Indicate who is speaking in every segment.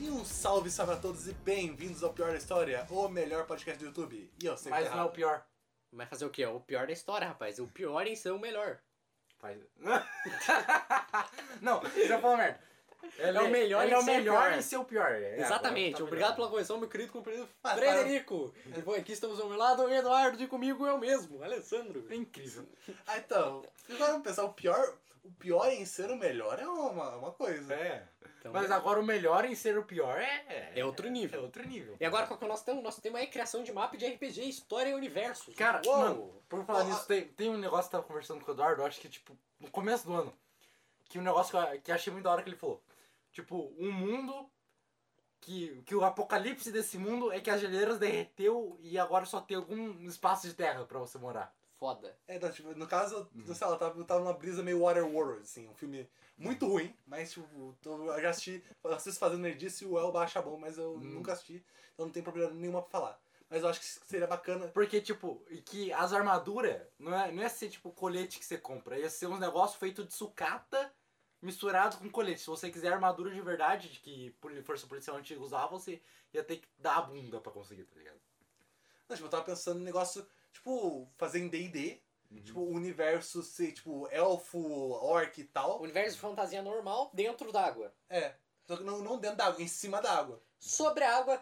Speaker 1: E um salve, salve a todos e bem-vindos ao Pior da História, o melhor podcast do YouTube. E eu sei que
Speaker 2: Mas
Speaker 1: tá
Speaker 2: não é o
Speaker 1: errado.
Speaker 2: pior.
Speaker 3: Mas fazer o quê? É O pior da história, rapaz. O pior em ser o melhor.
Speaker 2: Faz... não, você tá falando merda. Ele
Speaker 3: é o melhor
Speaker 2: ele
Speaker 3: em
Speaker 2: é o
Speaker 3: ser
Speaker 2: melhor
Speaker 3: pior.
Speaker 2: em ser o pior. É, agora
Speaker 3: Exatamente.
Speaker 2: tá
Speaker 3: Obrigado
Speaker 2: melhor. Ah, tá.
Speaker 3: pela correção, meu querido companheiro
Speaker 1: Mas,
Speaker 3: Frederico. E bom, aqui estamos ao meu lado, Eduardo, e comigo eu mesmo, Alessandro.
Speaker 2: É incrível.
Speaker 1: Ah, então, agora vamos pensar, o pior, o pior em ser o melhor é uma, uma coisa.
Speaker 2: É.
Speaker 3: Então,
Speaker 2: Mas agora o melhor em ser o pior é...
Speaker 3: É outro nível.
Speaker 2: É outro nível.
Speaker 3: E agora qual que é o nosso tema? O nosso tema é criação de mapa de RPG, história e universo.
Speaker 2: Cara,
Speaker 1: Uou!
Speaker 2: mano, por falar
Speaker 1: Ah,
Speaker 2: nisso, tem, tem um negócio que eu tava conversando com o Eduardo, eu acho que, tipo, no começo do ano, que um negócio que eu, que eu achei muito da hora que ele falou. Tipo, um mundo que, que o apocalipse desse mundo é que as geleiras derreteu e agora só tem algum espaço de terra pra você morar.
Speaker 3: Foda.
Speaker 1: É, então, tipo, no caso,
Speaker 2: Uhum.
Speaker 1: não sei lá, eu tava, eu tava numa brisa meio Waterworld, assim, um filme
Speaker 2: Uhum.
Speaker 1: muito ruim, mas tipo, tô- eu já assisti, eu assisto fazendo nerdice e o Elba acha bom, mas eu
Speaker 2: Uhum.
Speaker 1: nunca assisti, então não tem problema nenhuma pra falar. Mas eu acho que seria bacana
Speaker 2: Porque, tipo, e que as armaduras não é, não é ser, tipo, colete que você compra, ia ser uns negócios feitos de sucata misturado com colete. Se você quiser armadura de verdade, de que por- força policial antiga usava, você ia ter que dar a bunda pra conseguir, tá ligado?
Speaker 1: Não, tipo, eu tava pensando no negócio, tipo, fazer em
Speaker 2: Uhum.
Speaker 1: D&D. Tipo, o universo ser, tipo, elfo, orc e tal.
Speaker 3: Universo de fantasia normal dentro d'água.
Speaker 1: É. Só que não, não dentro da água, em cima da água.
Speaker 3: Sobre a água,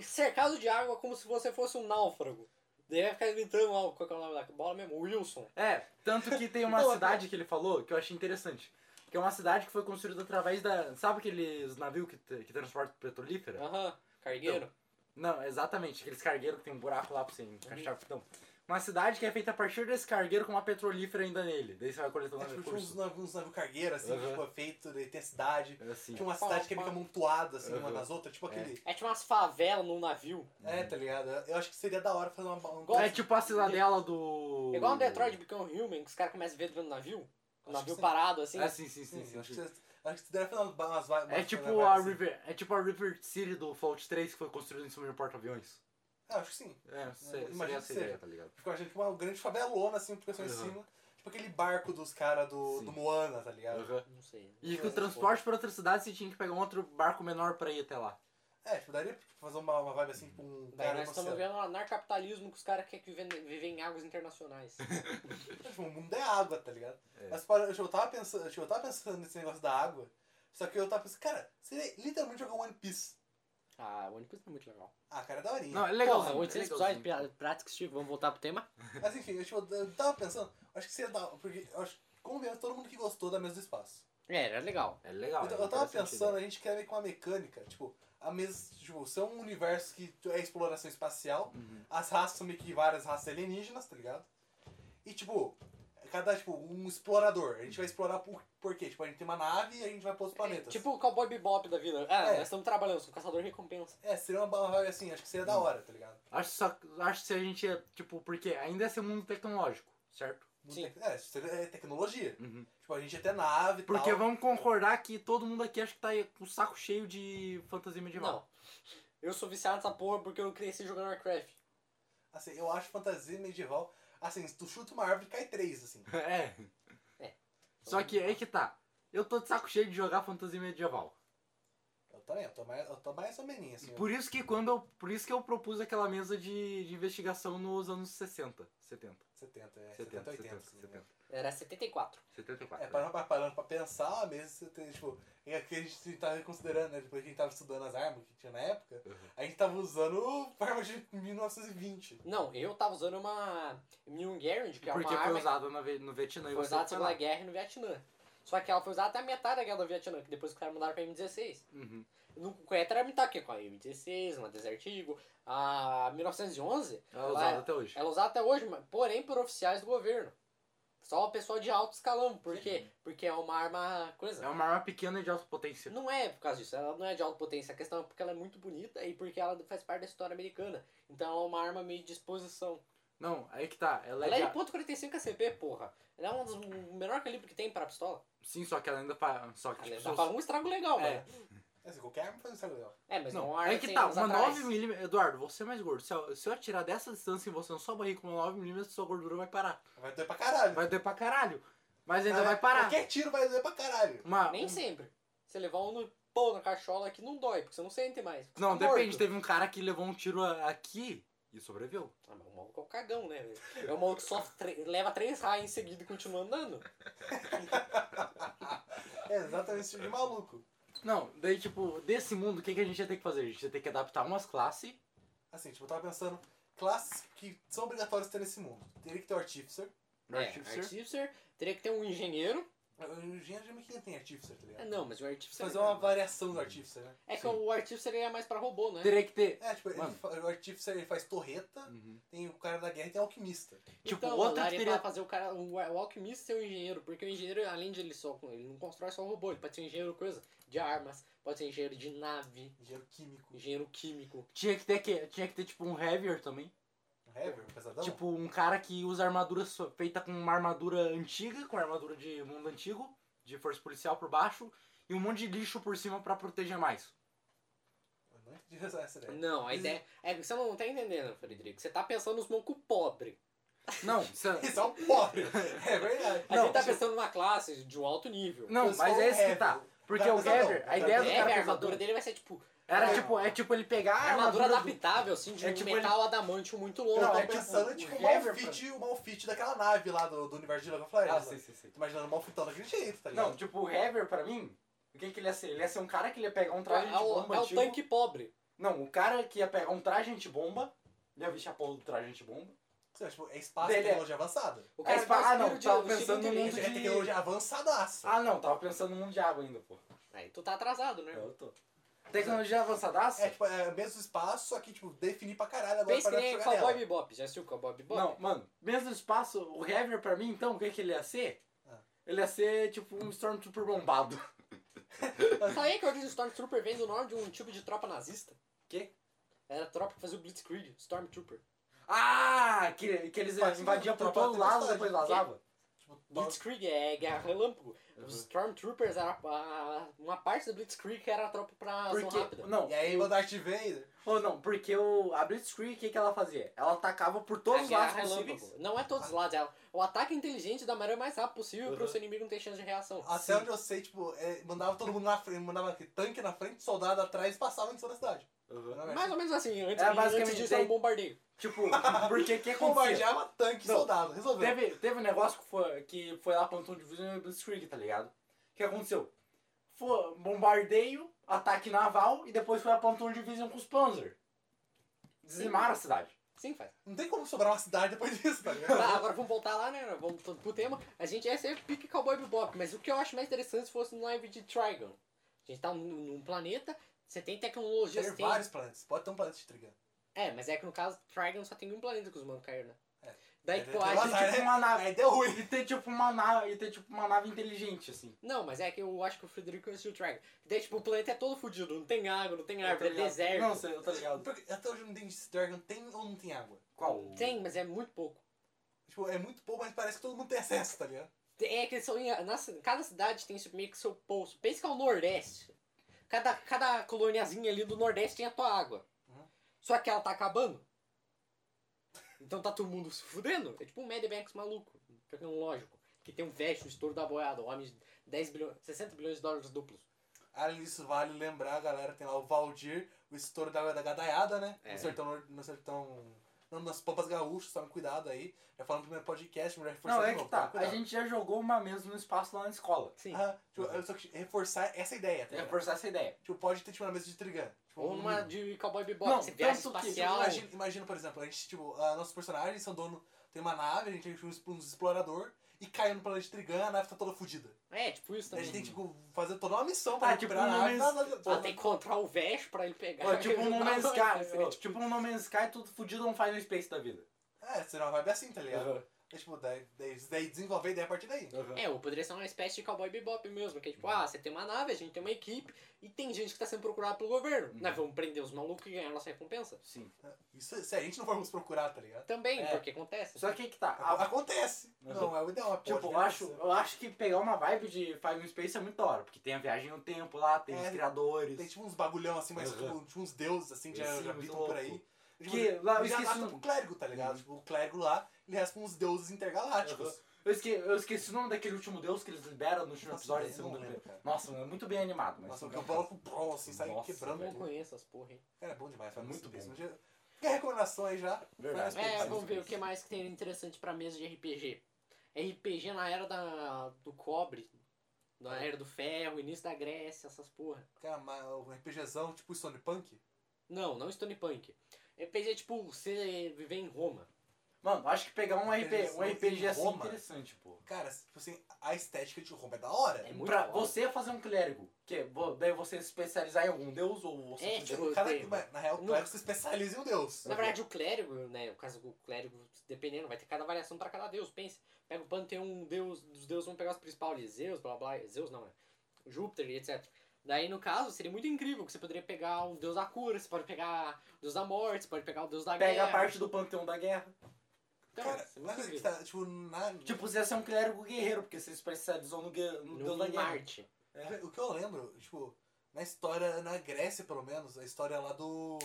Speaker 3: cercado de água, como se você fosse um náufrago. Daí vai ficar gritando, ó, qual que é o nome da bola mesmo? Wilson.
Speaker 2: É, tanto que tem uma
Speaker 1: Não,
Speaker 2: cidade que ele falou que eu achei interessante. Que é uma cidade que foi construída através da. Sabe aqueles navios que, t- que transportam petrolífera?
Speaker 3: Aham,
Speaker 2: Então.
Speaker 3: cargueiro.
Speaker 2: Não, exatamente, aqueles cargueiros que tem um buraco lá pra você encaixar o capitão. Uma cidade que é feita a partir desse cargueiro com uma petrolífera ainda nele. Daí você vai um coletando
Speaker 1: É, tipo, tinha uns
Speaker 2: recursos.
Speaker 1: navios, uns navios cargueiros, assim,
Speaker 2: Uhum.
Speaker 1: tipo, feito de intensidade.
Speaker 2: É assim.
Speaker 1: Tinha uma cidade que fica amontoada, assim, uma
Speaker 2: Uhum.
Speaker 1: nas outras. Tipo aquele...
Speaker 3: É tipo umas favelas num navio.
Speaker 1: É, tá ligado? Eu acho que seria da hora fazer uma... um-
Speaker 3: Igual-
Speaker 2: É tipo a cidadela do.
Speaker 3: É igual no Detroit Become Human, que os caras começam a ver vendo navio. O
Speaker 1: Acho
Speaker 3: navio
Speaker 1: que sim.
Speaker 3: parado, assim.
Speaker 2: É, sim, sim, sim.
Speaker 1: Sim,
Speaker 2: sim,
Speaker 1: acho que
Speaker 2: sim.
Speaker 1: você- acho que você deve fazer umas... umas, umas
Speaker 2: É tipo
Speaker 1: assim.
Speaker 2: a River. É tipo a River City do Fallout 3 que foi construída em cima de um porta-aviões.
Speaker 1: É, acho que sim.
Speaker 2: É, se-
Speaker 1: imagino
Speaker 2: seria
Speaker 1: que
Speaker 2: essa
Speaker 1: seja.
Speaker 2: ideia, tá ligado?
Speaker 1: Ficou a gente com uma grande favelona, assim, porque só em
Speaker 2: Uhum.
Speaker 1: cima. Tipo aquele barco dos caras do,
Speaker 2: Sim.
Speaker 1: do Moana, tá ligado?
Speaker 2: Aham.
Speaker 3: Não sei.
Speaker 2: E que o transporte pra outra cidade você tinha que pegar um outro barco menor pra ir até lá.
Speaker 1: É, tipo, daria pra fazer uma, uma vibe assim com um
Speaker 3: Daí
Speaker 1: cara
Speaker 3: nós
Speaker 1: no
Speaker 3: estamos
Speaker 1: oceano.
Speaker 3: vendo o anarcapitalismo que os caras querem que viver, viver em águas internacionais.
Speaker 1: Tipo, o mundo é água, tá ligado?
Speaker 2: É.
Speaker 1: Mas para, eu, tava pensando, tipo, eu tava pensando nesse negócio da água, só que eu tava pensando, cara, seria literalmente jogar One Piece.
Speaker 3: ah, o One Piece é muito legal.
Speaker 1: Ah, cara, é daorinha.
Speaker 2: Não, é legal.
Speaker 3: Porra, 800 episódios pra- práticos, Steve. Vamos voltar pro tema?
Speaker 1: Mas enfim, eu, tipo, eu tava pensando, acho que seria da porque eu acho convenhamos todo mundo que gostou da mesa do espaço.
Speaker 3: É, era legal.
Speaker 2: É né? legal.
Speaker 1: Então, eu tava pensando, a gente quer ver com uma mecânica, tipo, a mesa, tipo, se é um universo que é exploração espacial,
Speaker 2: Uhum.
Speaker 1: as raças são meio que várias raças alienígenas, tá ligado? E tipo, cada, tipo, um explorador, a gente vai explorar por, por quê? Tipo, a gente tem uma nave e a gente vai pra outros
Speaker 2: É,
Speaker 1: planetas.
Speaker 3: Tipo o Cowboy Bebop da vida. Ah,
Speaker 1: É.
Speaker 3: nós estamos trabalhando, sou caçador de recompensa.
Speaker 1: É, seria uma barra assim, acho que seria da
Speaker 2: Hum.
Speaker 1: hora, tá ligado?
Speaker 2: Acho, só, acho que se a gente ia, tipo, porque ainda é ser mundo tecnológico, certo?
Speaker 1: Não
Speaker 3: Sim.
Speaker 1: tem- é, seria é tecnologia. Tipo, a gente ia ter nave e
Speaker 2: Porque
Speaker 1: tal.
Speaker 2: vamos concordar que todo mundo aqui acho que tá aí com o saco cheio de fantasia medieval.
Speaker 3: Não. Eu sou viciado nessa porra porque eu cresci jogando Warcraft.
Speaker 1: Assim, eu acho fantasia medieval, assim, se tu chuta uma árvore, cai três, assim.
Speaker 2: É.
Speaker 3: É.
Speaker 2: Só que aí que tá. Eu tô de saco cheio de jogar fantasia medieval.
Speaker 1: Eu também, eu tô mais, eu tô mais ou menos, assim.
Speaker 2: Por isso que quando eu. Por isso que eu propus aquela mesa de, de investigação nos anos 60, 70.
Speaker 1: 70, é, 70,
Speaker 2: 70,
Speaker 1: 80.
Speaker 2: 70,
Speaker 1: assim,
Speaker 2: 70.
Speaker 3: Era 74.
Speaker 2: 74.
Speaker 1: É, parando pra, parando pra pensar, mesmo, você tem, tipo, é que a gente tava considerando, né, depois que a gente tava estudando as armas que tinha na época, a gente tava usando arma de 1920.
Speaker 3: Não, eu tava usando uma Mule Garand, que é uma
Speaker 2: Porque
Speaker 3: arma
Speaker 2: foi usada no, Ve- no Vietnã e
Speaker 3: Foi
Speaker 2: você
Speaker 3: usada
Speaker 2: foi
Speaker 3: na Segunda
Speaker 2: lá.
Speaker 3: Guerra e no Vietnã. Só que ela foi usada até a metade da guerra do Vietnã, que depois os caras mudaram pra M16.
Speaker 2: Uhum.
Speaker 3: No Coeta era metade aqui, com a M16, uma Desert Eagle, a 1911.
Speaker 2: Ela é usada até hoje.
Speaker 3: Ela é usada até hoje, mas- porém por oficiais do governo. Só o pessoal de alto escalão. Por quê? Porque é uma arma. coisa.
Speaker 2: É tipo uma arma pequena e de alta potência.
Speaker 3: Não é por causa disso, ela não é de alta potência. A questão é porque ela é muito bonita e porque ela faz parte da história americana. Então é uma arma meio de exposição.
Speaker 2: Não, aí que tá. Ela,
Speaker 3: Ela
Speaker 2: é
Speaker 3: é
Speaker 2: de...
Speaker 3: de .45 ACP, porra. Ela é um dos o melhor calibre que tem pra pistola.
Speaker 2: Sim, só que ela ainda faz. Só que
Speaker 3: Ela
Speaker 2: tipo, seus-
Speaker 3: dá pra um estrago legal,
Speaker 2: É.
Speaker 3: mano.
Speaker 1: É, assim, qualquer arma faz um estrago legal.
Speaker 3: É, mas não,
Speaker 2: Não,
Speaker 3: uma arma
Speaker 2: é que
Speaker 3: cem
Speaker 2: tá,
Speaker 3: anos
Speaker 2: uma
Speaker 3: atrás.
Speaker 2: 9mm. Eduardo, você é mais gordo. Se eu, se eu atirar dessa distância em você na sua barriga com uma 9mm, sua gordura vai parar.
Speaker 1: Vai doer pra caralho.
Speaker 2: Vai doer pra caralho. Mas ainda
Speaker 1: Ah,
Speaker 2: vai parar.
Speaker 1: Qualquer tiro vai doer pra caralho.
Speaker 2: Uma,
Speaker 3: é Nem
Speaker 2: um-
Speaker 3: sempre. Você levar um no pão na cachola que não dói, porque você não sente mais. Você
Speaker 2: Não,
Speaker 3: tá
Speaker 2: depende.
Speaker 3: morto.
Speaker 2: Teve um cara que levou um tiro a- aqui e sobreviveu.
Speaker 3: Ah, mas o maluco é um cagão, né, velho? É o maluco que só tre- leva três raios em seguida e continua andando.
Speaker 1: É exatamente esse tipo de maluco.
Speaker 2: Não, daí, tipo, desse mundo, o que, que a gente ia ter que fazer? A gente ia ter que adaptar umas classes.
Speaker 1: Assim, tipo, eu tava pensando, classes que são obrigatórias ter nesse mundo. Teria que ter o Artificer.
Speaker 2: do
Speaker 3: É,
Speaker 2: Artificer.
Speaker 3: artificer. Teria que ter um engenheiro.
Speaker 1: O Engenheiro de Mequinha tem Artificer, tá
Speaker 3: Ah,
Speaker 1: ligado?
Speaker 3: não, mas o artificer...
Speaker 2: é
Speaker 1: Fazer uma variação do Artificer, né?
Speaker 3: É que
Speaker 2: Sim.
Speaker 3: o artificer ele é mais pra robô, né?
Speaker 2: Teria que ter.
Speaker 1: É, tipo, ele
Speaker 2: Mano.
Speaker 1: fa- o Artificer ele faz torreta,
Speaker 2: Uhum.
Speaker 1: tem o cara da guerra e tem o alquimista.
Speaker 2: Tipo,
Speaker 3: então,
Speaker 2: outra que
Speaker 3: daria
Speaker 2: teria.
Speaker 3: pra fazer o cara, o, o alquimista ser o engenheiro, porque o engenheiro, além de ele só, ele não constrói só robô, ele pode ser um engenheiro coisa, de armas, pode ser engenheiro de nave,
Speaker 1: Engenheiro químico.
Speaker 3: engenheiro químico.
Speaker 2: Tinha que ter, que- tinha que ter, tipo, um heavier também.
Speaker 1: Heaver,
Speaker 3: Tá
Speaker 1: pesadão.
Speaker 2: Tipo, um cara que usa armadura so- feita com uma armadura antiga, com armadura de mundo antigo, de força policial por baixo, e um monte de lixo por cima pra proteger mais.
Speaker 1: Eu não entendi essa ideia.
Speaker 3: Não, a
Speaker 1: Isso-
Speaker 3: ideia é que você não tá entendendo, Frederico. Você tá pensando nos malucos pobres.
Speaker 2: Não, isso é-
Speaker 1: Isso é um pobre. É verdade.
Speaker 3: A
Speaker 2: Não,
Speaker 3: gente tá
Speaker 1: tipo,
Speaker 3: pensando numa classe de um alto nível.
Speaker 2: não,
Speaker 1: eu sou um
Speaker 2: mas
Speaker 3: um
Speaker 2: é esse que
Speaker 1: heavy.
Speaker 2: tá. Porque
Speaker 1: Tá
Speaker 2: o
Speaker 1: pesadão,
Speaker 2: heavier,
Speaker 1: tá
Speaker 2: a ideia do
Speaker 1: pesadão.
Speaker 3: Deve,
Speaker 2: cara
Speaker 3: a É, armadura
Speaker 2: pesadão
Speaker 3: dele vai ser tipo
Speaker 2: era tipo, é tipo ele pegar a
Speaker 3: armadura
Speaker 2: armadura do-
Speaker 3: adaptável, assim, de
Speaker 2: É
Speaker 3: um
Speaker 2: tipo
Speaker 3: metal adamantio muito
Speaker 1: Eu
Speaker 3: longo. Então, um
Speaker 2: Não,
Speaker 1: tava
Speaker 2: é tipo,
Speaker 1: pensando,
Speaker 2: o
Speaker 1: tipo, o
Speaker 2: Heaver,
Speaker 1: malfit, o malfit daquela nave lá do, do universo de Logan Flare.
Speaker 2: Ah, sim, sim, sim.
Speaker 1: Tô imaginando o malfitão daquele jeito, tá ligado?
Speaker 2: Não, tipo, o Heaver, pra mim, o que, que ele ia ser? Ele ia ser um cara que ele ia pegar um traje
Speaker 3: é,
Speaker 2: de
Speaker 3: o,
Speaker 2: bomba tipo-
Speaker 3: é o
Speaker 2: antigo.
Speaker 3: tanque pobre.
Speaker 2: Não, o cara que ia pegar um traje antibomba, ele ia vestir a polo do traje antibomba.
Speaker 1: Sei lá, tipo, é espaço e
Speaker 2: Dele é-
Speaker 1: tecnologia avançada.
Speaker 3: O
Speaker 2: É,
Speaker 3: cara
Speaker 2: espa- ah, não,
Speaker 3: tava
Speaker 2: tava pensando num
Speaker 1: Isso
Speaker 2: mundo
Speaker 1: já é
Speaker 2: de-
Speaker 1: tecnologia avançadaça.
Speaker 2: Ah, não, tava pensando no mundo de água ainda, pô.
Speaker 3: Aí tu tá atrasado, né?
Speaker 2: Eu tô. Tecnologia avançadaça?
Speaker 1: É, tipo, é o mesmo espaço, só que, tipo, definir pra caralho agora
Speaker 3: Pensa
Speaker 1: pra
Speaker 3: que nem
Speaker 1: jogar
Speaker 3: Cowboy
Speaker 1: nela.
Speaker 3: Bebop. Já assistiu Cowboy Bebop?
Speaker 2: Não, mano, mesmo espaço, o Heaver pra mim, então, o que que ele ia ser?
Speaker 1: Ah.
Speaker 2: Ele ia ser, tipo, um Stormtrooper bombado.
Speaker 3: Sabia que a origem do Stormtrooper vem do nome de um tipo de tropa nazista?
Speaker 2: Quê?
Speaker 3: Era a tropa que fazia o Blitzkrieg, Stormtrooper.
Speaker 2: Ah, que, que eles
Speaker 1: Mas,
Speaker 2: invadiam
Speaker 1: tipo,
Speaker 2: por todo
Speaker 1: tropa
Speaker 2: lado,
Speaker 1: tempestade.
Speaker 2: depois vazava.
Speaker 1: Tipo, bom,
Speaker 3: Blitzkrieg é guerra relâmpago. Os Stormtroopers era a- uma parte do Blitzkrieg que era a tropa pra ação
Speaker 2: Porque,
Speaker 3: rápida.
Speaker 2: não,
Speaker 1: E aí, manda Darth Vader.
Speaker 2: ou não, porque o, a Blitzkrieg, o que que ela fazia? Ela atacava por todos
Speaker 3: É
Speaker 2: os
Speaker 3: guerra
Speaker 2: lados
Speaker 3: relâmpago.
Speaker 2: possíveis.
Speaker 3: Não é todos os lados. É o ataque inteligente da maneira mais rápida possível
Speaker 2: Uhum.
Speaker 3: pro seu inimigo não ter chance de reação.
Speaker 1: Até onde eu sei, tipo, é, mandava todo mundo na frente, mandava aqui, tanque na frente, soldado atrás, passava em toda a cidade. é
Speaker 2: Uhum.
Speaker 3: Mais ou menos assim. Antes,
Speaker 2: Era
Speaker 3: antes
Speaker 2: basicamente
Speaker 3: disso era um
Speaker 2: daí-
Speaker 3: bombardeio.
Speaker 2: Tipo, porque o que acontecia?
Speaker 1: Bombardeava tanque,
Speaker 2: Não.
Speaker 1: soldado, resolveu.
Speaker 2: Teve, teve um negócio que foi, que foi lá plantão de visão e Blitzkrieg, tá ligado? O que aconteceu? Foi bombardeio, ataque naval e depois foi a plantão de visão com os Panzer. Dizimaram a cidade.
Speaker 3: Sim, faz.
Speaker 1: Não tem como sobrar uma cidade depois disso, tá ligado?
Speaker 3: Tá, agora vamos voltar lá, né? Vamos pro- pro tema. A gente ia ser pique cowboy bebop, mas o que eu acho mais interessante se fosse no live de Trigon. A gente tá num, num planeta, você tem tecnologia,
Speaker 1: Tem
Speaker 3: você tem...
Speaker 1: vários planetas, pode ter um planeta de Trigan.
Speaker 3: É, mas é que no caso, Trigon só tem um planeta que os humanos caíram, né?
Speaker 1: É.
Speaker 3: Daí
Speaker 1: É,
Speaker 3: que eu
Speaker 1: tem
Speaker 2: E
Speaker 3: acho...
Speaker 1: Azar,
Speaker 2: ter, tipo,
Speaker 1: né?
Speaker 2: uma nave,
Speaker 1: Aí deu ruim.
Speaker 2: e ter tipo uma nave. E ter tipo uma nave inteligente, assim.
Speaker 3: Não, mas é que eu acho que o Frederico conheceu o Trigon. Daí, tipo, o planeta é todo fudido, não tem água, não tem
Speaker 2: Eu tô
Speaker 3: árvore, é
Speaker 2: Tá ligado.
Speaker 3: deserto.
Speaker 2: Não, sei, eu tô ligado.
Speaker 1: Porque até hoje eu não entendi se Dragon tem ou não tem água.
Speaker 2: Qual?
Speaker 3: Tem, mas é muito pouco.
Speaker 1: Tipo, é muito pouco, mas parece que todo mundo tem acesso, tá ligado?
Speaker 3: É que são, em- na, cada cidade tem esse- meio que seu poço. Pensa que é o Nordeste. Cada, cada coloniazinha ali do Nordeste tem a tua água.
Speaker 1: Uhum.
Speaker 3: Só que ela tá acabando. Então tá todo mundo se fudendo. É tipo um Mad Max maluco, tecnológico. Que tem um veste, um estouro da boiada, um homem de 10 bilhões, 60 bilhões de dólares duplos.
Speaker 1: Além disso, vale lembrar, galera, tem lá o Valdir, o estouro da, da gadaiada, né?
Speaker 3: É.
Speaker 1: No sertão, nor- no sertão... Não, nas pampas gaúchas, tome cuidado aí. Já falando no primeiro podcast, mulher
Speaker 2: Não,
Speaker 1: reforçando
Speaker 2: é
Speaker 1: de
Speaker 2: que
Speaker 1: novo,
Speaker 2: tá.
Speaker 1: tome
Speaker 2: A
Speaker 1: cuidado.
Speaker 2: gente já jogou uma mesa no espaço lá na escola.
Speaker 3: Sim.
Speaker 1: Ah, tipo, eu só quis reforçar essa ideia, tá
Speaker 2: Tem
Speaker 3: É.
Speaker 2: que
Speaker 1: ligado?
Speaker 2: É forçar essa ideia.
Speaker 1: Tipo, pode ter tipo uma mesa de Trigan. Tipo,
Speaker 3: Ou
Speaker 1: um-
Speaker 3: numa de cowboy bebop,
Speaker 2: Não,
Speaker 3: você viaja
Speaker 2: tanto que-
Speaker 3: espacial.
Speaker 1: Imagina, imagina, por exemplo, a gente, tipo, ah, nossos personagens são dono. Tem uma nave, a gente tem uns, uns explorador e caiu no planeta de Trigan, a nave tá toda fodida.
Speaker 3: É, tipo isso
Speaker 1: A gente tem
Speaker 3: também.
Speaker 1: que tipo, fazer toda uma missão pra
Speaker 2: Ah,
Speaker 1: recuperar
Speaker 2: tipo,
Speaker 1: a nave.
Speaker 2: um
Speaker 1: tá- tá-
Speaker 3: Ela
Speaker 1: tá-
Speaker 3: Ah, tem que encontrar o veste pra ele pegar.
Speaker 2: Ó, tipo um No Man's Sky. ó,
Speaker 3: Assim,
Speaker 2: Tipo um No Man's Sky, tudo fudido, um Final Space da vida.
Speaker 1: É, será uma vibe assim, tá ligado?
Speaker 2: Uhum.
Speaker 1: É, tipo, daí, daí, daí desenvolver a ideia a partir daí.
Speaker 2: Uhum.
Speaker 3: É, ou poderia ser uma espécie de cowboy bebop mesmo, que é tipo, ah, você tem uma nave, a gente tem uma equipe, e tem gente que tá sendo procurada pelo governo.
Speaker 2: Uhum.
Speaker 3: Nós vamos prender os malucos e ganhar nossa recompensa.
Speaker 2: Sim.
Speaker 1: Isso, se a gente não formos procurar, tá ligado?
Speaker 3: Também,
Speaker 2: É.
Speaker 3: porque acontece.
Speaker 2: Só que que tá.
Speaker 1: Ac-
Speaker 2: a-
Speaker 1: Acontece.
Speaker 2: Uhum.
Speaker 1: Não, é o ideal. pode
Speaker 2: tipo, eu acho,
Speaker 1: acontecer.
Speaker 2: eu acho que pegar uma vibe de Five Space é muito da hora. Porque tem a viagem no tempo lá, tem
Speaker 1: É,
Speaker 2: os criadores.
Speaker 1: Tem tipo uns bagulhão assim, mas
Speaker 2: Uhum.
Speaker 1: tipo, tipo, uns deuses assim que já,
Speaker 2: Sim,
Speaker 1: já
Speaker 2: muito
Speaker 1: habitam por aí. Tipo,
Speaker 2: louco. Que lá,
Speaker 1: já
Speaker 2: eu esqueci o
Speaker 1: mata pro
Speaker 2: nome.
Speaker 1: clérigo, tá ligado?
Speaker 2: Uhum.
Speaker 1: Tipo, o clérigo lá, ele resta com uns deuses intergalácticos.
Speaker 2: Eu esque- eu esqueci, o nome daquele último deus que eles liberam no último
Speaker 1: Nossa,
Speaker 2: episódio
Speaker 1: Tipo, eu
Speaker 2: da
Speaker 1: não
Speaker 2: segunda
Speaker 1: lembro,
Speaker 2: vez.
Speaker 1: cara.
Speaker 2: Nossa, mano, é muito bem animado, mas. é
Speaker 1: Nossa, o
Speaker 2: não
Speaker 1: Campbell com o Pro, assim, sai
Speaker 2: Nossa,
Speaker 1: quebrando.
Speaker 2: velho.
Speaker 3: Eu conheço as porra, hein?
Speaker 1: Cara, é bom demais, faz
Speaker 2: Muito
Speaker 1: muito bem.
Speaker 2: bom.
Speaker 1: Fica a recomendação aí já.
Speaker 2: Verdade.
Speaker 1: Faz
Speaker 3: É,
Speaker 1: sentido.
Speaker 3: vamos ver o que mais que tem interessante pra mesa de RPG. RPG na era da, do cobre, na era do ferro, início da Grécia, essas porra.
Speaker 1: Cara, mas o RPGzão, tipo Stone Punk.
Speaker 3: Não, não Stone Punk. RPG é tipo você viver em Roma.
Speaker 2: Mano, acho que pegar um, RP, um
Speaker 1: Interessante,
Speaker 2: RPG assim é
Speaker 1: Roma.
Speaker 2: interessante, pô.
Speaker 1: Cara, tipo assim, a estética de Roma é da hora.
Speaker 3: É muito
Speaker 2: pra
Speaker 3: foda.
Speaker 2: você fazer um clérigo, que vo- daí você se especializar em algum deus ou você.
Speaker 3: É,
Speaker 2: fazer-
Speaker 3: tipo, eu
Speaker 1: Cada,
Speaker 3: tenho.
Speaker 1: mas, na real, o
Speaker 3: No-
Speaker 1: clérigo se especializa em um deus.
Speaker 3: Na verdade, o clérigo, né? O caso do clérigo, dependendo, vai ter cada variação pra cada deus. Pensa, pega o panteão um deus, dos deuses vão pegar os principais ali, Zeus, blá blá, Zeus não, né? Júpiter e etc. Daí, no caso, seria muito incrível que você poderia pegar o deus da cura, você pode pegar o deus da morte, você pode pegar o deus da
Speaker 2: Pega
Speaker 3: guerra.
Speaker 2: a parte do panteão da guerra.
Speaker 3: Então,
Speaker 1: Cara,
Speaker 3: isso é muito
Speaker 1: mas é que
Speaker 3: incrível.
Speaker 1: tá, tipo, na...
Speaker 2: Tipo, você ia ser um clérigo guerreiro, porque você se especializou no, gue- no um deus da
Speaker 3: no
Speaker 2: guerra.
Speaker 3: Marte.
Speaker 1: É, O que eu lembro, tipo, na história, na Grécia pelo menos, a história lá do.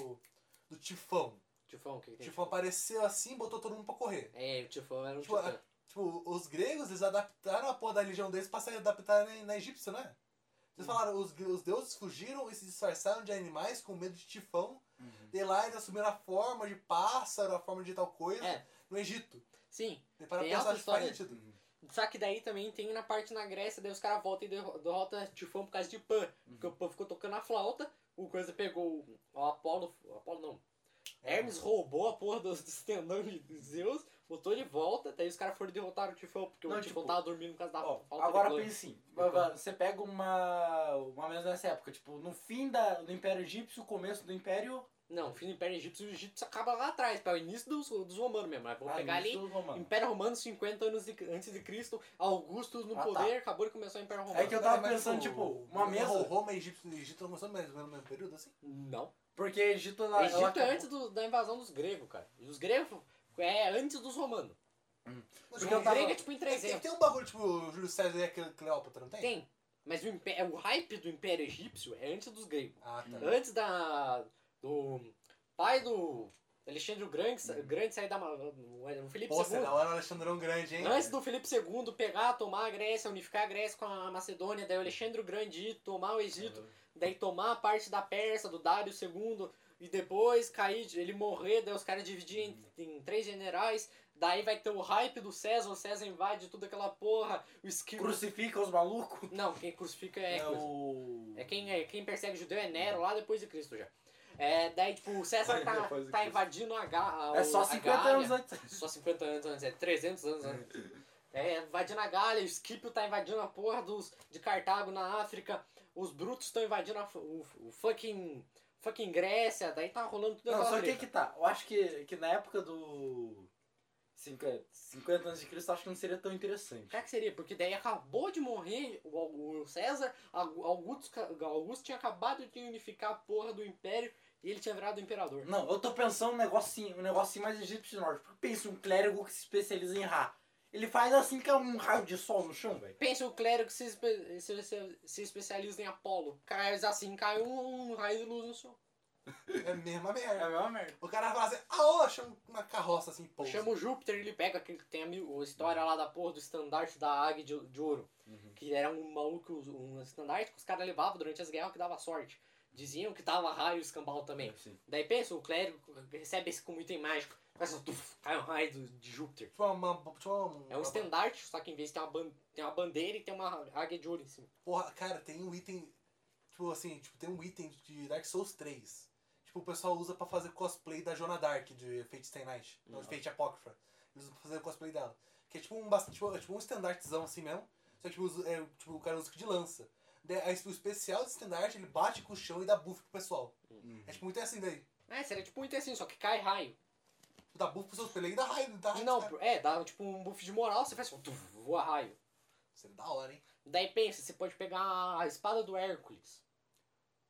Speaker 1: do Tifão.
Speaker 3: Tifão, o que, que
Speaker 1: O
Speaker 3: tem?
Speaker 1: Tifão apareceu assim e botou todo mundo pra correr.
Speaker 3: É, o Tifão era um
Speaker 1: Tipo,
Speaker 3: titã.
Speaker 1: Tipo, os gregos, eles adaptaram a porra da religião deles pra se adaptar na, na egípcia, não é? Vocês falaram, os, gre- os deuses fugiram e se disfarçaram de animais com medo de tifão.
Speaker 2: Uhum.
Speaker 1: De lá eles assumiram a forma de pássaro, a forma de tal coisa
Speaker 3: É.
Speaker 1: no Egito.
Speaker 3: Sim,
Speaker 1: E para
Speaker 3: Tem
Speaker 1: pensar,
Speaker 3: alta
Speaker 1: acho que faz
Speaker 3: história.
Speaker 1: sentido.
Speaker 3: Só que daí também tem na parte na Grécia, daí os caras voltam e derro- derrotam Tifão por causa de Pan.
Speaker 2: Uhum.
Speaker 3: Porque o Pan ficou tocando a flauta, o coisa pegou o- o Apolo. O Apolo não. Hermes
Speaker 2: Uhum.
Speaker 3: roubou a porra dos, dos tendões de Zeus, botou de volta, daí os caras foram derrotar o Tifão, porque
Speaker 2: Não,
Speaker 3: o Tifão
Speaker 2: tipo,
Speaker 3: tava dormindo por causa da
Speaker 2: Ó,
Speaker 3: falta
Speaker 2: agora
Speaker 3: de
Speaker 2: pense
Speaker 3: banho.
Speaker 2: assim, va- va- você pega uma, uma mesa nessa época, tipo, no fim da, do Império Egípcio, o começo do Império...
Speaker 3: Não, o fim do Império Egípcio, o Egito acaba lá atrás, para o início dos, dos romanos mesmo. Mas vamos
Speaker 2: ah,
Speaker 3: pegar ali
Speaker 2: início romano.
Speaker 3: Império Romano 50 anos de- antes de Cristo, Augusto no
Speaker 2: Ah, tá.
Speaker 3: poder, acabou e começou o Império Romano.
Speaker 2: É que eu tava
Speaker 1: Mas,
Speaker 2: pensando, tipo, uma mesa-
Speaker 1: O Roma e Egito, Egito não começou mais ou menos no mesmo período, assim?
Speaker 3: Não.
Speaker 2: Porque Egito... Ela, ela
Speaker 3: Egito é
Speaker 2: acabou-
Speaker 3: antes do- da invasão dos gregos, cara. E os gregos é antes dos romanos.
Speaker 1: Mas,
Speaker 2: Porque
Speaker 1: tipo,
Speaker 2: eu
Speaker 3: Os
Speaker 2: tava-
Speaker 3: gregos é tipo em
Speaker 1: tem, tem,
Speaker 3: 300.
Speaker 1: um bagulho, tipo, o Júlio César e a Cle- Cleópatra, não tem?
Speaker 3: Tem. Mas o, impé- o hype do Império Egípcio é antes dos gregos.
Speaker 1: Ah, tá.
Speaker 3: Antes da. do pai do Alexandre o Grande, sa- grande sair da. ma- O Felipe
Speaker 1: Pô,
Speaker 3: II.
Speaker 1: será o Alexandrão grande, hein?
Speaker 3: Antes do Felipe II pegar, tomar a Grécia, unificar a Grécia com a Macedônia, daí o Alexandre o Grande ir, tomar o Egito,
Speaker 2: É.
Speaker 3: daí tomar a parte da Pérsia, do Dário II, e depois cair, ele morrer, daí os caras dividirem
Speaker 2: Hum.
Speaker 3: em, em três generais, daí vai ter o hype do César, o César invade tudo aquela porra, o esquilo...
Speaker 2: Crucifica os malucos.
Speaker 3: Não, quem crucifica é...
Speaker 2: é
Speaker 3: coisa.
Speaker 2: o...
Speaker 3: É quem, é quem persegue judeu é Nero, lá depois de Cristo já. É, daí, tipo, o César tá,
Speaker 2: Depois de
Speaker 3: tá
Speaker 2: Cristo.
Speaker 3: invadindo a, Ga, a
Speaker 2: É só
Speaker 3: a
Speaker 2: 50
Speaker 3: Gália.
Speaker 2: anos antes.
Speaker 3: Só 50 anos antes, é 300 anos antes. É, invadindo a Galha, o Scipio tá invadindo a porra dos, de Cartago na África, os Brutos estão invadindo a, fu- o, o fucking, fucking Grécia, daí tá rolando tudo
Speaker 2: Não,
Speaker 3: aquela
Speaker 2: só que aí
Speaker 3: treta.
Speaker 2: que tá. Eu acho que, que na época do 50, 50 anos de Cristo, eu acho que não seria tão interessante.
Speaker 3: Será que seria? Porque daí acabou de morrer o, Au- o César, Au- Augusto, ca- Augusto tinha acabado de unificar a porra do Império e ele tinha virado imperador.
Speaker 2: Não, eu tô pensando um negocinho, um negocinho mais egípcio norte. Porque pensa um clérigo que se especializa em Ra. Ele faz assim que é um raio de sol no chão, velho.
Speaker 3: Pensa o clérigo que se, espe- se, se, se especializa em Apolo. Cai assim, cai um, um raio de luz no céu.
Speaker 1: É a mesma merda.
Speaker 2: a mesma merda.
Speaker 1: O cara fala assim, ah, chama uma carroça assim, pô.
Speaker 3: Chama o Júpiter, ele pega aquele que tem a, mil- a história lá da porra do estandarte da águia de, de ouro. Que era um maluco, um estandarte que os caras levavam durante as guerras que dava sorte. Diziam que dava raio escambau também. Daí pensa, o clérigo recebe esse como item mágico. Começa, tuf, cai um raio do- de Júpiter.
Speaker 1: Tipo, uma, tipo, uma,
Speaker 3: É um
Speaker 1: uma,
Speaker 3: estandarte, só que em vez de ter uma, ban- tem uma bandeira e tem uma águia de ouro em cima.
Speaker 1: Porra, cara, tem um item. Tipo assim, tipo, tem um item de Dark Souls 3. Tipo, o pessoal usa pra fazer cosplay da Jonah Dark, de Fate Stay Night. Não,
Speaker 3: Ah.
Speaker 1: de Fate Apócrifa. Eles usam pra fazer cosplay dela. Que é tipo um, bas- tipo, é tipo um estandartezão assim mesmo. Só que tipo, usa- é, tipo, o cara usa de lança. Daí, aí, tipo, o especial de estandarte, ele bate com o chão e dá buff pro pessoal.
Speaker 2: Uhum.
Speaker 1: É tipo muito assim daí.
Speaker 3: É, seria tipo um item assim, só que cai raio.
Speaker 1: Tu dá buff pro seu espelho e dá raio. Dá raio
Speaker 3: Não,
Speaker 1: cara.
Speaker 3: é, dá tipo um buff de moral, você faz, tuf, voa raio.
Speaker 1: Isso é da hora, hein?
Speaker 3: Daí pensa, você pode pegar a espada do Hércules.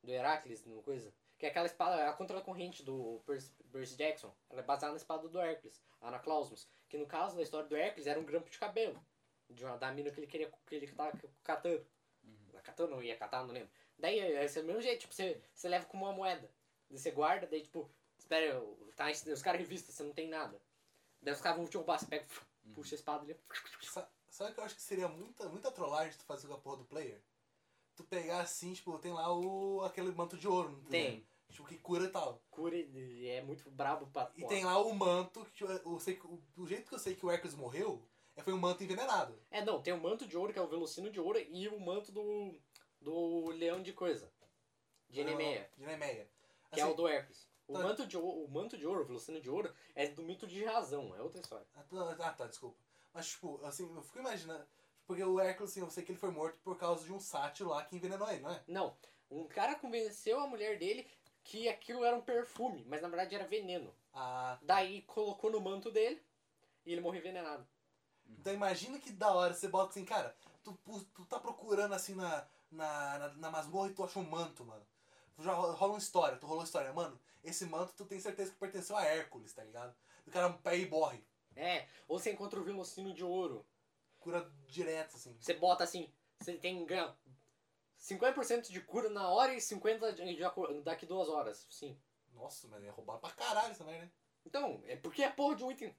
Speaker 3: Do Heracles, não coisa. Que é aquela espada, a contracorrente do Percy, Percy Jackson. Ela é baseada na espada do Hércules, a Anaclausmus. Que no caso, na história do Hércules, era um grampo de cabelo. De uma, da mina que ele queria que ele tava catando. Catando ou ia catar, não lembro. Daí é é o mesmo jeito, tipo, você, você leva como uma moeda. Daí você guarda, daí tipo, espera, eu- tá, os caras revistam, você não tem nada. Daí os caras vão te roubar, você pega, puxa a espada ali.
Speaker 1: Sa- acho que seria muita, muita trollagem tu fazer com a porra do player. Tu pegar assim, tipo, tem lá o, aquele manto de ouro, não
Speaker 3: Tem.
Speaker 1: Tipo, que cura e tal.
Speaker 3: Cura e é muito brabo pra.
Speaker 1: E tem lá o manto, que eu- eu sei que- o jeito que eu sei que o Hércules morreu é foi um manto envenenado.
Speaker 3: É, não, tem o manto de ouro, que é o velocino de ouro, e o manto do. do leão de coisa. De Enemeia,
Speaker 1: De Nemeia.
Speaker 3: que é o do Hércules. O,
Speaker 1: Ah, tá.
Speaker 3: manto de ouro, o manto de ouro, o velocino de ouro, é do mito de razão, é outra história.
Speaker 1: Ah, tá- Ah, tá, desculpa. Mas, tipo, assim, eu fico imaginando. Porque o Hércules, assim, eu sei que ele foi morto por causa de um sátiro lá que envenenou ele, não é?
Speaker 3: Não, um cara convenceu a mulher dele que aquilo era um perfume, mas na verdade era veneno.
Speaker 1: Ah.
Speaker 3: Daí colocou no manto dele e ele morreu envenenado.
Speaker 1: Então imagina que da hora você bota assim, cara, tu, pu- tu tá procurando assim na, na, na, na masmorra e tu acha um manto, mano. Já ro- rola uma história, tu rolou uma história, mano. Esse manto tu tem certeza que pertenceu a Hércules, tá ligado? O cara pega e morre.
Speaker 3: É, ou você encontra o velocino de ouro.
Speaker 1: Cura direto, assim.
Speaker 3: Você bota assim, você tem ganha 50% de cura na hora e 50% de, de, aco- daqui duas horas. Sim.
Speaker 1: Nossa, mas é roubar pra caralho essa merda, né?
Speaker 3: Então, é porque é porra de um item.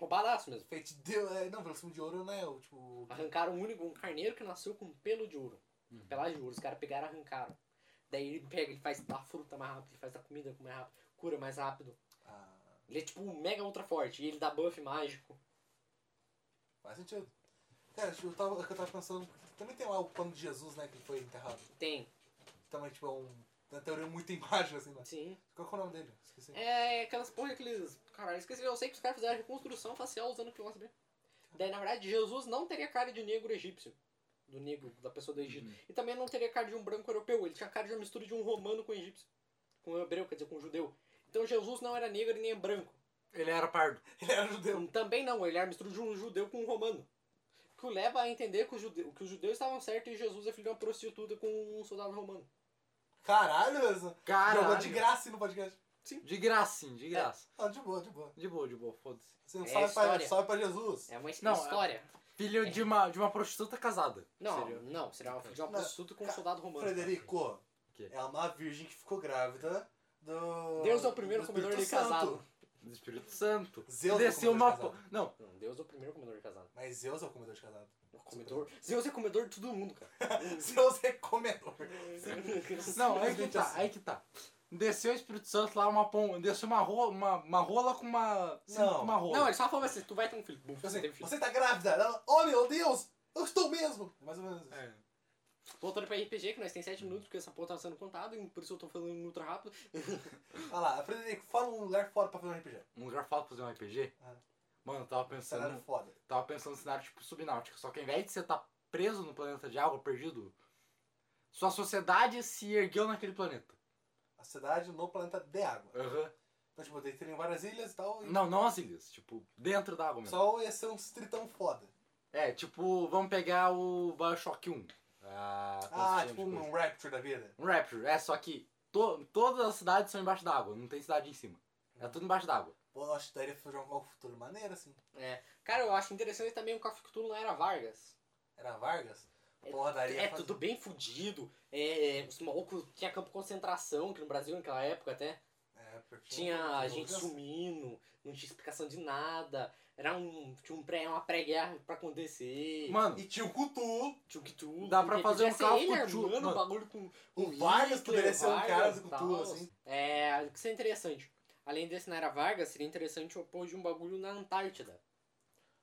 Speaker 3: Roubadaço mesmo.
Speaker 1: Feito de Deus. É, não, velocidade de ouro, né? O, tipo.
Speaker 3: Arrancaram um único, um carneiro que nasceu com pelo de ouro. Pelagem de ouro. Os caras pegaram e arrancaram. Daí ele pega, ele faz da fruta mais rápido, ele faz da comida mais rápido, cura mais rápido.
Speaker 1: Ah,
Speaker 3: Ele é tipo um mega ultra forte e ele dá buff mágico.
Speaker 1: faz sentido. Cara, tipo, eu tava, eu tava pensando. Também tem lá o pano de Jesus, né? Que ele foi enterrado.
Speaker 3: Tem.
Speaker 1: Também, tipo, é um. Na teoria, muito imagem, assim, né?
Speaker 3: Sim.
Speaker 1: Qual que é o nome dele? Esqueci.
Speaker 3: É aquelas porra, aqueles. Caralho, esqueci. Eu sei que os caras fizeram reconstrução facial usando aquilo lá, sabe? Daí, na verdade, Jesus não teria cara de negro egípcio. Do negro, da pessoa do Egito. E também não teria cara de um branco europeu. Ele tinha cara de uma mistura de um romano com egípcio. Com um hebreu, quer dizer, com judeu. Então Jesus não era negro e nem branco.
Speaker 2: Ele era pardo.
Speaker 1: Ele era judeu.
Speaker 3: Também não, ele era mistura de um judeu com um romano. O que o leva a entender que, o judeu, que os judeus estavam certos e Jesus é filho de uma prostituta com um soldado romano.
Speaker 1: Caralho, essa. Jogou
Speaker 2: Caralho.
Speaker 1: de graça aí no podcast.
Speaker 2: De graça, sim, de graça.
Speaker 1: Ah, de boa, de boa.
Speaker 2: De boa, de boa, foda-se.
Speaker 1: Assim, um
Speaker 3: É
Speaker 1: salve, pra,
Speaker 3: história.
Speaker 1: salve pra Jesus.
Speaker 3: É uma
Speaker 2: Não,
Speaker 3: história.
Speaker 2: Filho de, uma, de uma prostituta casada.
Speaker 3: Não,
Speaker 2: Seria.
Speaker 3: não, seria uma, de uma
Speaker 1: Não,
Speaker 3: prostituta com um
Speaker 1: ca-
Speaker 3: soldado romano.
Speaker 1: Frederico,
Speaker 2: quê?
Speaker 1: é uma virgem que ficou grávida do.
Speaker 3: Deus é o primeiro
Speaker 1: do
Speaker 3: comedor de
Speaker 1: Espírito Santo.
Speaker 3: casado.
Speaker 2: Do Espírito Santo.
Speaker 1: Zeus
Speaker 2: Desceu
Speaker 1: é
Speaker 2: uma.
Speaker 1: comedor
Speaker 2: po-
Speaker 1: de
Speaker 2: Não,
Speaker 3: Não, Deus é o primeiro comedor de casado.
Speaker 1: Mas Zeus é o comedor de casado.
Speaker 3: O comedor. Zeus é comedor de todo mundo, cara.
Speaker 1: Zeus é comedor.
Speaker 2: não, aí que
Speaker 1: Simplesmente
Speaker 2: tá,
Speaker 1: assim.
Speaker 2: aí que tá. Desceu o Espírito Santo lá, uma pom... desceu uma rola, uma, uma rola com uma. sim,
Speaker 1: Não.
Speaker 2: com uma rola.
Speaker 3: Não, ele só falou assim: tu vai ter um filho. Bum,
Speaker 1: Tipo
Speaker 3: você
Speaker 1: assim,
Speaker 3: teve filho.
Speaker 1: você tá grávida? Ela, oh meu Deus, eu estou mesmo. É Mais ou menos isso.
Speaker 2: É.
Speaker 3: Voltando pra RPG, que nós tem 7 minutos, porque essa porra tá sendo contada, e por isso eu tô falando ultra rápido.
Speaker 1: Olha lá, Frederico, fala um lugar fora pra fazer um RPG.
Speaker 2: Um lugar foda pra fazer um RPG?
Speaker 1: Ah.
Speaker 2: Mano, eu tava
Speaker 1: Cenário
Speaker 2: pensando.
Speaker 1: foda.
Speaker 2: Tava pensando no cenário tipo subnáutico. Só que ao invés de você tá preso no planeta de água, perdido, sua sociedade se ergueu naquele planeta.
Speaker 1: A cidade no planeta de água.
Speaker 2: Aham.
Speaker 1: Então, tipo, daí teriam várias ilhas e tal. E
Speaker 2: Não, não as ilhas. Tipo, dentro da água mesmo.
Speaker 1: só ia ser um tritão foda.
Speaker 2: É, tipo, vamos pegar o Bioshock 1. Ah,
Speaker 1: Ah,
Speaker 2: construção
Speaker 1: tipo
Speaker 2: de coisa.
Speaker 1: um Rapture da vida.
Speaker 2: Um Rapture, é, só que to- todas as cidades são embaixo d'água, não tem cidade em cima. É tudo embaixo d'água.
Speaker 1: Pô, eu acho que daria pra jogar um futuro maneiro, assim.
Speaker 3: É. Cara, eu acho interessante também o Café Cthulhu não era Vargas.
Speaker 1: Era Vargas?
Speaker 3: É-
Speaker 1: Porra, daria
Speaker 3: É
Speaker 1: pra fazer-
Speaker 3: tudo bem fudido. É, os malucos tinha campo de concentração, que no Brasil naquela época até.
Speaker 1: É, porque
Speaker 2: um
Speaker 3: Tinha
Speaker 1: tinha
Speaker 3: gente
Speaker 1: outras-
Speaker 3: sumindo, não tinha explicação de nada. Era um. Tinha um pré, uma pré-guerra pra acontecer.
Speaker 2: Mano,
Speaker 1: E tinha o Cutu.
Speaker 3: Tinha o que tudo.
Speaker 2: Dá pra
Speaker 3: porque
Speaker 2: fazer um
Speaker 3: podia ser
Speaker 2: carro
Speaker 3: ele
Speaker 2: com tchu-
Speaker 3: armando
Speaker 2: mano.
Speaker 3: o bagulho com.
Speaker 1: O
Speaker 3: com
Speaker 1: Vargas poderia ser um
Speaker 3: Vargas
Speaker 1: cara do
Speaker 3: e
Speaker 1: Cthulhu,
Speaker 3: tal.
Speaker 1: assim.
Speaker 3: É, o que seria interessante. Além desse na era Vargas, seria interessante eu pôr de um bagulho na Antártida.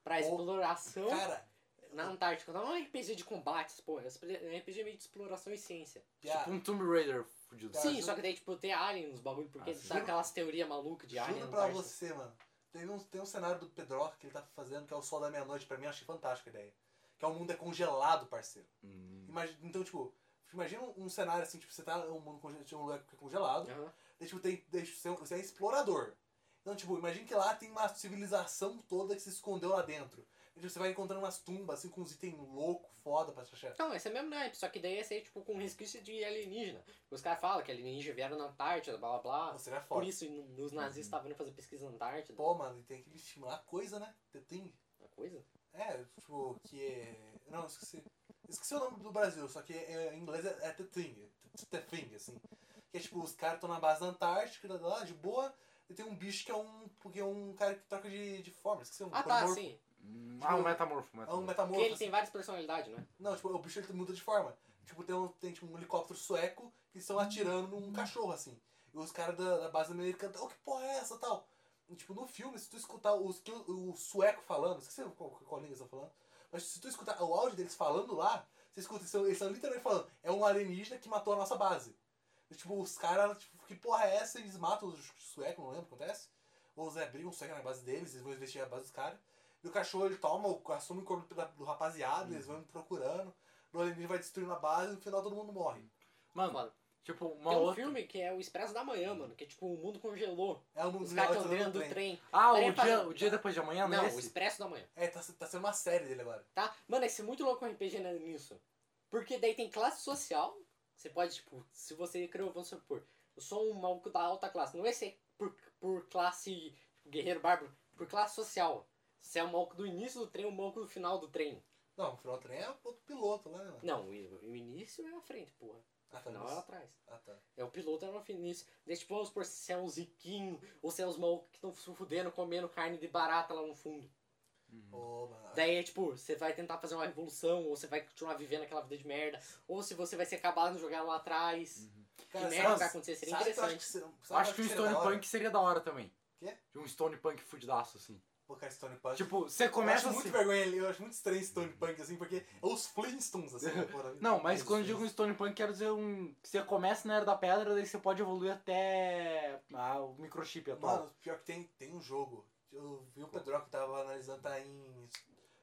Speaker 3: Pra
Speaker 1: Pô,
Speaker 3: exploração
Speaker 1: Cara,
Speaker 3: na Antártica. Não é um RPG de combate, pô. É um RPG meio de exploração e ciência.
Speaker 2: tipo
Speaker 1: piada.
Speaker 2: um Tomb Raider fudido.
Speaker 1: Cara,
Speaker 3: Sim,
Speaker 1: juro-
Speaker 3: só que daí, tipo, ter alien nos bagulhos, porque
Speaker 2: Ah,
Speaker 3: tá
Speaker 2: juro-
Speaker 3: aquelas teorias malucas de alien
Speaker 1: Juro
Speaker 3: na
Speaker 1: pra
Speaker 3: Antártica.
Speaker 1: você, mano. Tem um, tem um cenário do Pedro que ele tá fazendo, que é o Sol da Meia-Noite. Pra mim, eu achei fantástica a ideia. Que é o mundo é congelado, parceiro.
Speaker 2: Hum.
Speaker 1: Imagina, então, tipo, imagina um um cenário assim, tipo, você tá num mundo conge- tinha um lugar que é congelado.
Speaker 3: Aham.
Speaker 1: Daí, tipo, tem, daí, tipo, você é um- você é explorador. Então, tipo, imagina que lá tem uma civilização toda que se escondeu lá dentro. E, tipo, você vai encontrando umas tumbas, assim, com uns itens loucos, foda pra achar.
Speaker 3: Não, esse é mesmo naipe, só que daí ia ser tipo com resquício de alienígena. Os caras falam que alienígena vieram na Antártida, blá blá blá.
Speaker 1: Você vai
Speaker 3: Ah, Por
Speaker 1: foda.
Speaker 3: isso n- os nazistas estavam indo fazer pesquisa na Antártida.
Speaker 1: Pô, mano, e tem que estimular coisa, né? Tem- Tem.
Speaker 3: Uma coisa.
Speaker 1: É, tipo, que é. Não, esqueci. Esqueci o nome do Brasil, só que é- em inglês é, é The Thing. The Thing, assim. Que é tipo, os caras estão na base da Antártica, lá de boa, e tem um bicho que é um. Porque é um cara que troca de, de forma, esqueci o nome.
Speaker 3: Ah tá,
Speaker 1: polimorfo.
Speaker 3: sim.
Speaker 2: Ah,
Speaker 1: É um
Speaker 2: um metamorfo, um metamorfo.
Speaker 1: metamorfo.
Speaker 3: Porque ele
Speaker 1: assim.
Speaker 3: tem várias personalidades, né?
Speaker 1: Não, tipo, o bicho ele muda de forma. Tipo, tem um, tem, tipo, um helicóptero sueco que estão atirando num cachorro, assim. E os caras da, da base americana, oh, que porra é essa tal? E, tipo, no filme, se tu escutar os, que o, o sueco falando, esqueci qual, qual língua eles estão falando, mas se tu escutar o áudio deles falando lá, você escuta, eles estão, eles estão literalmente falando, é um alienígena que matou a nossa base. E, tipo, os caras, tipo, que porra é essa? Eles matam os suecos, não lembro o que acontece. Ou os abrigam o sueco na base deles, eles vão investigar a base dos caras. E o cachorro ele toma, o- assume o corpo da- do rapaziada, eles
Speaker 3: Uhum.
Speaker 1: vão procurando. O alienígena vai destruindo a base e no final todo mundo morre.
Speaker 2: Mano,
Speaker 3: Foda.
Speaker 2: tipo, uma
Speaker 3: Tem um
Speaker 2: outra...
Speaker 3: filme que é o Expresso da Manhã, mano, que é tipo, o mundo congelou.
Speaker 1: É um
Speaker 3: Os
Speaker 1: dos
Speaker 3: caras
Speaker 1: melhores
Speaker 3: estão dentro
Speaker 1: do
Speaker 3: do
Speaker 1: trem.
Speaker 3: trem.
Speaker 2: Ah,
Speaker 3: Peraí,
Speaker 2: o dia,
Speaker 3: fazendo-
Speaker 2: o dia depois de amanhã,
Speaker 3: Não,
Speaker 2: não,
Speaker 3: o Expresso da Manhã.
Speaker 1: É, tá, tá sendo uma série dele agora.
Speaker 3: Tá? Mano, é que isso é muito louco o RPG né, nisso. Porque daí tem classe social. Você pode, tipo, se você criou, vamos supor, eu sou um maluco da alta classe. Não vai ser por, por classe tipo, guerreiro bárbaro, por classe social. Você é um maluco do início do trem, um maluco do final do trem.
Speaker 1: Não, o final do trem é outro piloto lá, né, mano?
Speaker 3: Não, o, o início é a frente, porra.
Speaker 1: Ah,
Speaker 3: O
Speaker 1: tá.
Speaker 3: final é
Speaker 1: mas-
Speaker 3: atrás.
Speaker 1: Ah, tá.
Speaker 3: É o piloto é no início. Daí, tipo, vamos supor, se você é um ziquinho, ou se é os malucos que estão se fudendo, comendo carne de barata lá no fundo.
Speaker 2: Uhum.
Speaker 1: Ô, mano.
Speaker 3: Daí é tipo, você vai tentar fazer uma revolução, ou você vai continuar vivendo aquela vida de merda, ou se você vai ser acabado no jogar lá atrás.
Speaker 2: Uhum.
Speaker 3: Que
Speaker 1: Cara,
Speaker 3: merda
Speaker 1: sabe-
Speaker 3: vai acontecer? Seria
Speaker 1: sabe o que eu
Speaker 3: interessante.
Speaker 1: acho que se- sabe o
Speaker 2: Acho que um
Speaker 1: eu seria
Speaker 2: Stone
Speaker 1: da hora?
Speaker 2: Punk seria da hora também.
Speaker 1: Quê?
Speaker 2: De Um Stone Punk fudidaço, assim.
Speaker 1: Pô, cara, Stone Punk.
Speaker 2: Tipo, você
Speaker 1: eu acho
Speaker 2: começa assim...
Speaker 1: muito vergonha ali, eu acho muito estranho Stone Punk, assim, porque é os Flintstones, assim, porra.
Speaker 2: Não, mas
Speaker 1: Os
Speaker 2: quando eu digo um
Speaker 1: Flintstones.
Speaker 2: Stone Punk, quero dizer um... que Você começa na Era da Pedra, daí você pode evoluir até ah, o microchip atual.
Speaker 1: Mano, pior que tem, tem um jogo. Eu vi o Pedro que tava analisando, tá em.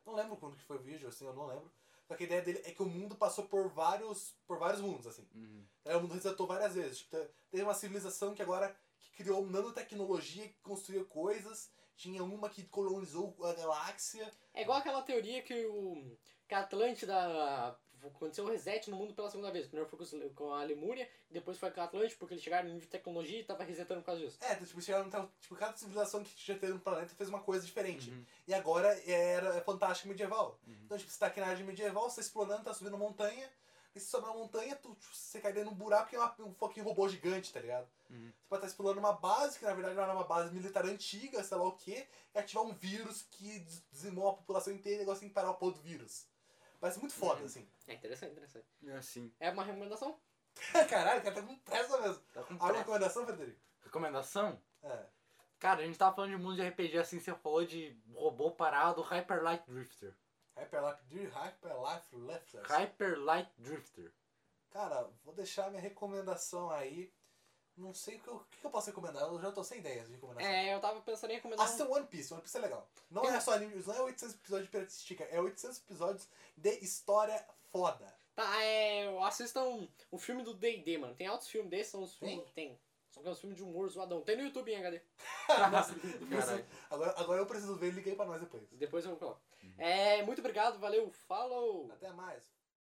Speaker 1: Não lembro quando que foi o vídeo, assim, eu não lembro. Só que a ideia dele é que o mundo passou por vários. por vários mundos, assim.
Speaker 2: Uhum.
Speaker 1: Aí o mundo resetou várias vezes. Tipo, te- teve uma civilização que agora que criou nanotecnologia, que construía coisas. Tinha uma que colonizou a galáxia.
Speaker 3: É igual aquela teoria que o. que a Atlântida. aconteceu o reset no mundo pela segunda vez. Primeiro foi com os- com a Lemúria, depois foi com a Atlântida, porque eles chegaram no nível de tecnologia e tava resetando por causa disso.
Speaker 1: É, tipo, chegaram, então, tipo, cada civilização que já teve no planeta fez uma coisa diferente.
Speaker 2: Uhum.
Speaker 1: E agora era é fantástico medieval.
Speaker 2: Uhum.
Speaker 1: Então, tipo, você tá aqui na área medieval, você tá explorando, tá subindo montanha. E se sobrar uma montanha, tu, tipo, você cai dentro de um buraco que é uma- um fucking robô gigante, tá ligado?
Speaker 2: Uhum.
Speaker 1: Você pode estar explorando uma base, que na verdade era uma base militar antiga, sei lá o quê, e ativar um vírus que des- dizimou a população inteira e agora você tem que parar o pôr do vírus. Parece muito foda,
Speaker 3: Uhum.
Speaker 1: assim.
Speaker 3: É interessante, interessante.
Speaker 2: É assim.
Speaker 3: É uma recomendação?
Speaker 1: Caralho, o cara tá com pressa mesmo.
Speaker 2: Tá com
Speaker 1: Alguma
Speaker 2: pressa.
Speaker 1: recomendação, Frederico?
Speaker 2: Recomendação?
Speaker 1: É.
Speaker 2: Cara, a gente tava falando de mundo de RPG assim, você falou de robô parado, Hyper Light Drifter.
Speaker 1: Hyperlife Dream, Hyperlife Left.
Speaker 2: Hyper Light Drifter.
Speaker 1: Cara, vou deixar minha recomendação aí. Não sei o que eu, o que eu posso recomendar, eu já tô sem ideias de recomendação.
Speaker 3: É, eu tava pensando em recomendar. um
Speaker 1: Assista One Piece, One Piece é legal. Não é só anime, não é 800 episódios de piratistica, é 800 episódios de história foda.
Speaker 3: Tá, é. Assistam um, um filme do DD, mano. Tem altos filmes desses, são uns
Speaker 1: Tem?
Speaker 3: filmes. Tem. São uns filmes de humor zoadão. Tem no YouTube em HD.
Speaker 2: Caralho.
Speaker 1: Agora, agora eu preciso ver, liga aí pra nós depois.
Speaker 3: Depois eu coloco. É, muito obrigado, valeu, falou!
Speaker 1: Até mais.